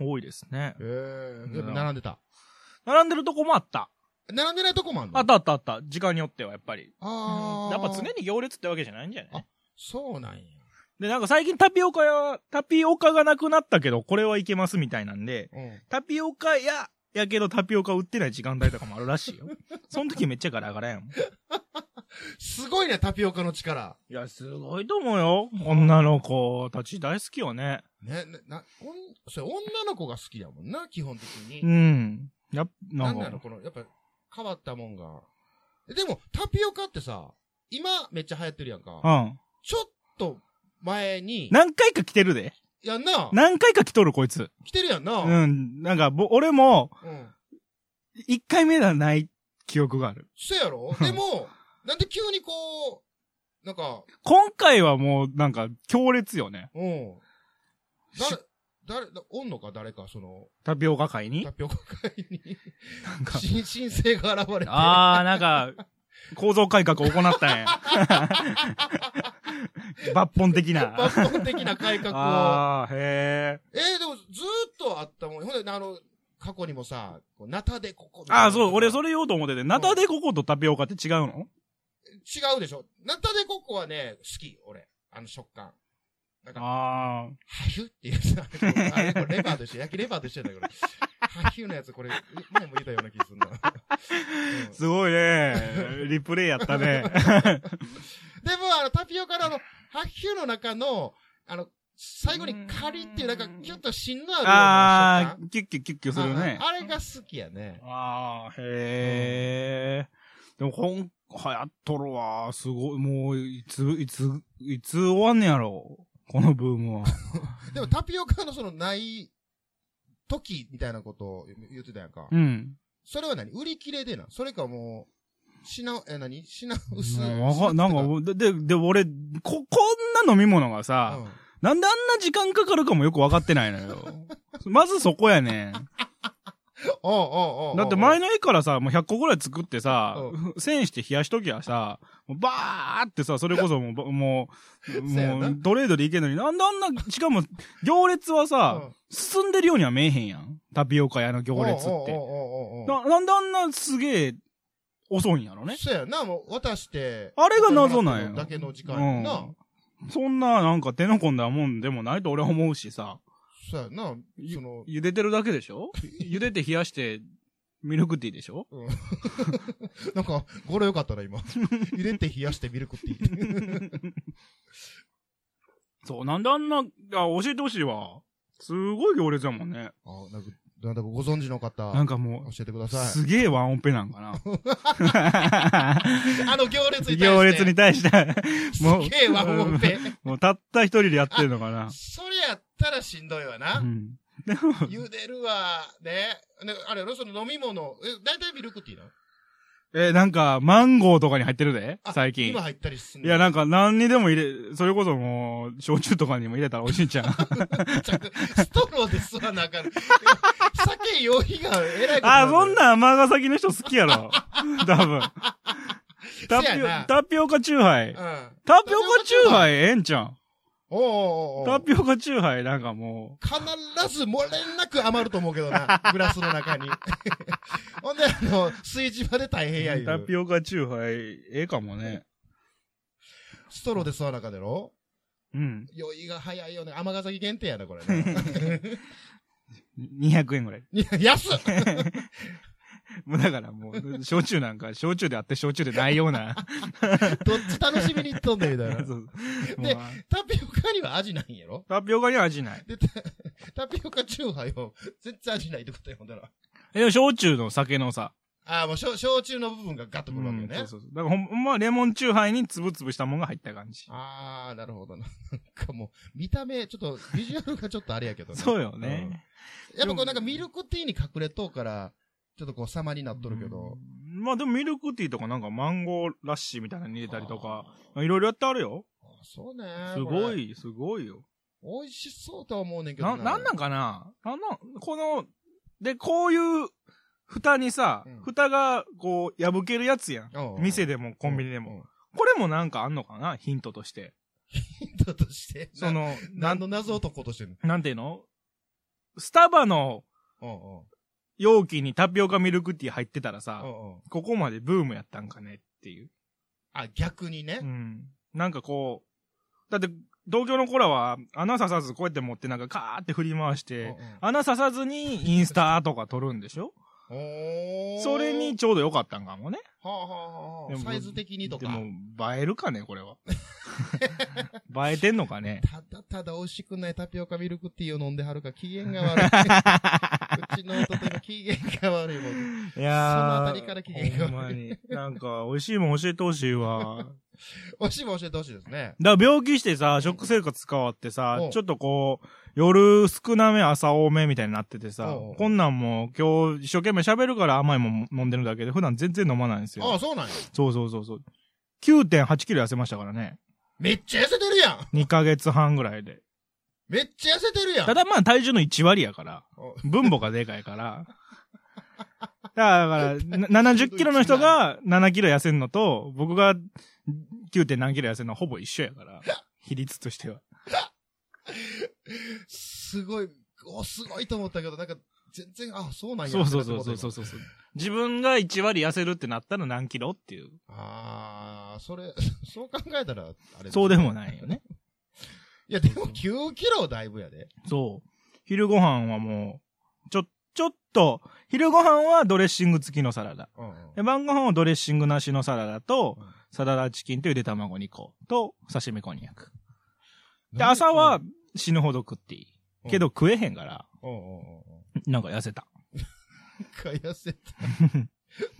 C: 多いですね。
B: ええ、やっぱ並んでた。
C: 並んでるとこもあった。
B: 並んでないとこもあんの
C: あったあったあった。時間によっては、やっぱり。
B: あー
C: やっぱ常に行列ってわけじゃないんじゃな
B: あ
C: い
B: そうなんや。
C: で、なんか最近タピオカや、タピオカがなくなったけど、これはいけますみたいなんで、
B: うん
C: タピオカや、やけどタピオカ売ってない時間帯とかもあるら
B: [LAUGHS]
C: しいよ。その時めっちゃガラガラやもん。い
B: すごいね、タピオカの力。
C: や、すごいと思うよ。女の子たち大好きよね。
B: ね、なな、おんそれ女の子が好きやもんな、基本的に
C: う。ん。やっ、な
B: なんん
C: か
B: なのこの、やっぱ、変わったもんが。でも、タピオカってさ、今めっちゃ流行ってるやんか。
C: うん。
B: ちょっと前に、
C: 何回か来てるで。
B: やんな。
C: 何回か来とる、こいつ。
B: 来てるやんな。う。
C: うんん。なんか、ぼ、俺も、一回目ではない記憶がある。
B: そうや
C: [LAUGHS]
B: ろでも、なんで急にこう、なんか、
C: 今回はもう、なんか、強烈よね。
B: うん。
C: し
B: 誰、誰、おんのか誰か、その、
C: タピオカ会に
B: タピオカ会に、
C: なんか、
B: 新申請が現れて。
C: あー、なんか、 [LAUGHS] 構造改革を行った [LAUGHS] んや。抜本的 [LAUGHS] な。
B: 抜本的な改革を。
C: [LAUGHS] あー、へ
B: えー、でも、ずーっとあったもん。ほんで、あの、過去にもさ、こうナタでここみ
C: ー。
B: たいな
C: あー、そう、俺それ言おうと思ってて、ナタデココとタピオカって違うの
B: 違うでしょ。ナタデココはね、好き、俺。あの食感。なんか、
C: あ
B: ハヒュっていうやつ。あれ、これレバーとして、焼きレバーとしてだけど。ハヒュのやつ、これ、前も言ったような気するな。うん
C: ー。 [LAUGHS] すごいね。リプレイやったね。
B: でも、あの、タピオカのあの、ハッヒュの中の、あの、最後にカリっていう、なんか、キュッと芯のあるような
C: あ
B: 食
C: ー、キュッキュッキュッキュ
B: 感
C: するね
B: あ。ああれが好きやね。
C: ああ、へえ。でも、ほん、はやっとるわ。すごい、もう、いつ、いつ、いつ終わんねやろ。このブームは。
B: でも、タピオカのその、ない、時みたいなことを言ってたやんか。
C: うん。
B: それは何売り切れでな。それかもう、品、え、何品薄。
C: うんわかん、なんか、で、で、で俺、こ、こんな飲み物がさ、
B: うん
C: なんであんな時間かかるかもよくわかってないのよ。まずそこやね
B: おうおうおうおう。
C: だって前の絵からさ、もう100個ぐらい作ってさ
B: う、
C: 栓して冷やしときゃさ、もうバーってさ、それこそもうば、
B: [LAUGHS]
C: もう、
B: そうや
C: も
B: な
C: う、トレードでいけんのに、なんであんな、しかも、行列はさ、
B: うん
C: 進んでるようには見えへんやん。タピオカ屋の行
B: おう
C: 列っ
B: おう
C: て。
B: おうおうおう
C: な、なんであんなすげえ、遅いんやろね。
B: そうやな、もう渡して。
C: あれが謎なんや
B: だけの時間
C: う
B: や
C: ん
B: な。
C: そんな、なんか手の込んだもんでもないと俺は思うしさ、
B: そうやな、その、
C: 茹でてるだけでしょ茹でて冷やして、ミルクティーでしょ
B: なんか、語呂よかったな、
C: [LAUGHS]
B: 今。入れて冷やしてミルクティー。
C: そう、なんであんな、あ、教えてほしいわ。すごい行列やもんね。
B: あ、なんか、なんだかご存知の方、
C: なん
B: 教
C: かも
B: えてくだ
C: う、
B: さ
C: すげえワンオペなんかな。
B: い。あの行列に対して。
C: 行列に対して、もう
B: すげえワンオペ。
C: もうたった一人でやってるのかな。
B: それやったらしんどいわ
C: う
B: な。
C: ん。
B: 茹でるわ、ね。ねあれやろ、その飲み物、え、大体ミルクティーなの
C: え、なんか、マンゴーとかに入ってるで
B: あ、
C: 最近
B: 今。入ったりすん
C: い
B: の
C: や、なんか、何にでも入れ、それこそもう、焼酎とかにも入れたら美味しいんちゃう
B: ちゃくストローで吸わなあかん。酒用意がえらいこと
C: あ、そん
B: な
C: なん尼崎の人好きやろ。多分。タピ
B: せやな
C: オ、タピオカチューハイ
B: ん。だよ。うん。
C: タピオカチューハイええんちゃん。
B: おうおうおうおう
C: タピオカチューハイなんかもう、
B: 必ず漏れなく余ると思うけど
C: [LAUGHS]
B: な、グラスの中に。ほんで、あの、炊事場で大変やい
C: タ
B: う。
C: ピオカチューハイ、ええかもね。
B: ストローで吸わなあかんでろ
C: うん。
B: 酔いが早いよね。尼崎限定やな、これね。
C: 200円ぐらい。 [LAUGHS]
B: いや安っ
C: もうだからもう、焼酎なんか、焼酎であって焼酎でないような。
B: どっち楽しみに行っとんねん、みたいな。
C: [LAUGHS] そう
B: で
C: もう
B: タピオカには味ないんやろ
C: タピオカには味ない。
B: で、タタピオカチューハイは [LAUGHS] 全然味ないってことや、ほんだら。
C: え、でも焼酎の酒のさ。
B: ああ、もう焼焼酎の部分がガッと
C: う
B: くるわけ
C: ん
B: ね。
C: そうそうそう。だからほんほんまレモンチューハイにつぶつぶしたもんが入った感じ。
B: ああ、なるほどな。なんかもう、見た目、ちょっと、ビジュアルがちょっとあれやけどね
C: [LAUGHS] そうよね。
B: やっぱこうなんかミルクティーに隠れとうから、ちょっとこう様になっとるけど。
C: うん。まあでもミルクティーとかなんかマンゴーラッシーみたいなのに入れたりとか、まあいろいろやってあるよ。
B: あそうね。
C: す
B: こ
C: ご
B: れ。
C: い、すごいよ。
B: 美味しそうとは思うねんけど
C: な、なんなんかななんなん、この、で、こういう、蓋にさ、
B: うん
C: 蓋が、こう、破けるやつやん。店でもコンビニでも。。これもなんかあんのかなヒントとして。
B: ヒントとして。
C: [LAUGHS] そ、の、な
B: 何
C: ん、
B: の謎男としてんの
C: なんていうのスタバの
B: うんうん
C: 容器にタピオカミルクティー入ってたらさ、
B: うんうん。
C: ここまでブームやったんかねっていう。
B: あ、逆にね
C: う。ん。なんかこう、だって、東京の子らは穴刺さずこうやって持ってなんかカーって振り回し
B: うんう
C: て、
B: ん
C: 穴刺さずにインスタとか撮るんでしょ
B: おー
C: それに、ちょうど良かったんかもね。
B: はあはあは
C: で
B: あ
C: も
B: サイズ的にと
C: で
B: か。
C: も、映えるかね、これ
B: [LAUGHS]
C: は。映えてんのかね。
B: ただただ美味しくないタピオカミルクティーを飲んではるから機嫌が悪い。
C: [LAUGHS]
B: うちの弟の機嫌が悪いもん。
C: い
B: その
C: や
B: あたりから機嫌が悪い
C: ほんまに。なんか、美味しいもん教えてほしいわ。
B: おしいも教えてほしいですね。
C: だから病気してさ、食生活変わってさ
B: うん、
C: ちょっとこう、夜少なめ、朝多めみたいになっててさ
B: おうおう、
C: こんなんもう今日一生懸命喋るから甘いもん飲んでるだけで、普段全然飲まないんです
B: ああ、
C: よ。
B: そうなんや。
C: そうそうそうそう。9.8キロ痩せましたからね。
B: めっちゃ痩せてるやん。
C: 2ヶ月半ぐらいで。
B: めっちゃ痩せてるやん。
C: ただまあ体重の1割やから
B: お、
C: 分母がでかいから。だから、な70キロの人が7キロ痩せるのと、僕が 9. 何キロ痩せるのはほぼ一緒やから、比率としては。
B: すごい、お、すごいと思ったけど、なんか、全然、あ、そうなんや。。
C: そうそうそうそうそううそうそう。自分が1割痩せるってなったら何キロっていう。
B: ああ、それ、 [LAUGHS] そう考えたら、あれ
C: そうでもないよね。
B: [LAUGHS] いや、でも9キロだいぶやで。
C: そう。昼ご飯はもう、ちょ、ちょっと、昼ご飯はドレッシング付きのサラダ。
B: うんうん。
C: で晩ご飯はドレッシングなしのサラダと
B: うん、
C: サラダチキンとゆで卵2個と、刺身こんにゃく。で、
B: なん
C: 朝は、死ぬほど食っていい。けど食えへんから、
B: うんうんうんうん。
C: なんか痩せた。
B: なんか痩せ
C: [LAUGHS]
B: た。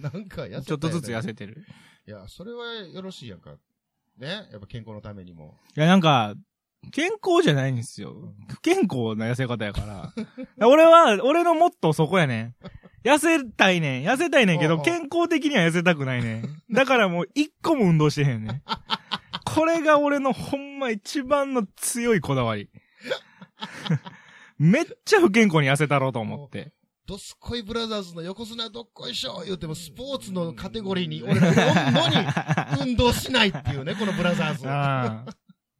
B: なんか痩せたよね
C: ちょっとずつ痩せてる。
B: いや、それはよろしいやんか。ねやっぱ健康のためにも。
C: いや、なんか、健康じゃないんですよ。不健康な痩せ方やから。 [LAUGHS] 俺は、俺のモットーそこやねん。痩せたいねん。痩せたいねんけ
B: おう
C: ど、
B: おう
C: 健康的には痩せたくないねん。だからもう一個も運動してへんねん。これが俺のほんま一番の強いこだ
B: [LAUGHS]
C: わり。めっちゃ不健康に痩せたろうと思
B: [LAUGHS]
C: って。
B: ドスコイブラザーズの横綱どっこいしょ言うても、スポーツのカテゴリーに、俺、のに運動しないっていうね、このブラザ
C: [LAUGHS]
B: ーズ。
C: ああ。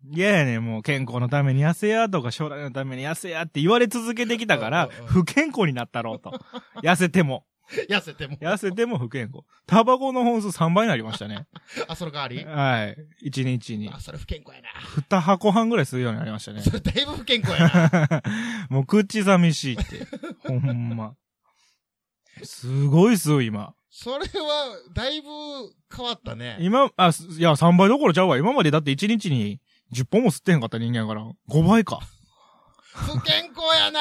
C: 嫌やねん、もう健康のために痩せやとか将来のために痩せやって言われ続けてきたから
B: うんうん、うん
C: 不健康になったろうと。痩せても。
B: 痩せても。
C: 痩せても不健康。タバコの本数3倍になりましたね。
B: あ、その代わり
C: はい。1日に
B: あ、。それ不健康やな。
C: 2箱半ぐらいするようになりましたね。 [LAUGHS]
B: それだいぶ不健康やな。
C: もう口寂しいって。ほんま。すごいっすよ、今。
B: それは、だいぶ変わったね。
C: 今、あ、すいや、3倍どころちゃうわ。今までだって1日に10本も吸ってへんかった人間やから、5倍か。
B: 不健康やな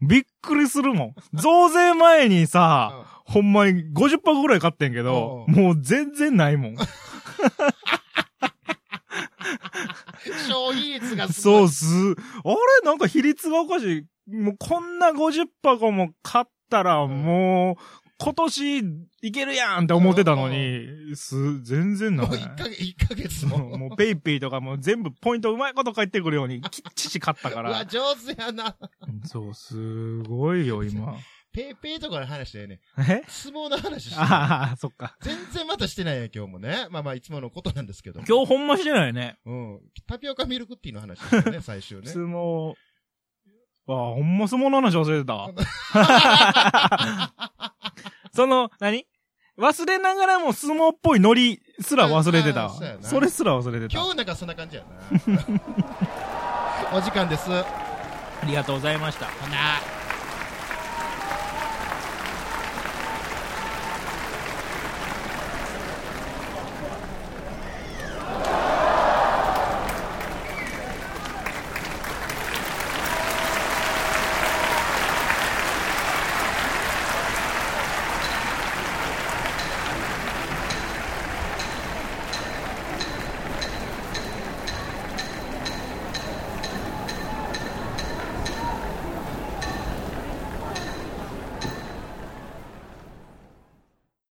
C: びっくりするもん。増税前にさ、
B: うん
C: ほんまに50箱ぐらい買ってんけど、
B: うん
C: もう全然な
B: [LAUGHS]
C: いもん。
B: 消費率がす
C: そ
B: ご
C: う
B: い。
C: す。あれなんか比率がおかしい。もうこんな50箱も買ったら、
B: ん
C: もう、今年いけるやんって思ってたのに、す、全然ない
B: もう。1ヶ月、一ヶ月も。
C: もうペイペイとかも全部ポイントうまいこと返ってくるように、きっちり買ったか
B: うわ、
C: ら。
B: 上手やな。
C: そう、すごい
B: [LAUGHS]
C: よ、今。
B: ペイペイとかの話だよね。
C: え
B: 相撲の話してない
C: ああ、そっか。
B: 全然またしてないやん、今日もね。まあまあ、いつものことなんですけど。
C: 今日ほんましてないね。
B: うん。タピオカミルクティーの話だよね、最終ね。
C: 相撲。ああ、ほんま相撲の話忘れてた。その、何忘れながらも相撲っぽいノリすら忘れて
B: あ
C: た
B: あそうや。な
C: それすら忘れて
B: 今
C: た。
B: 日なんかそんな感じやな。お時間です。ほ
C: ありがとうございました。
B: な。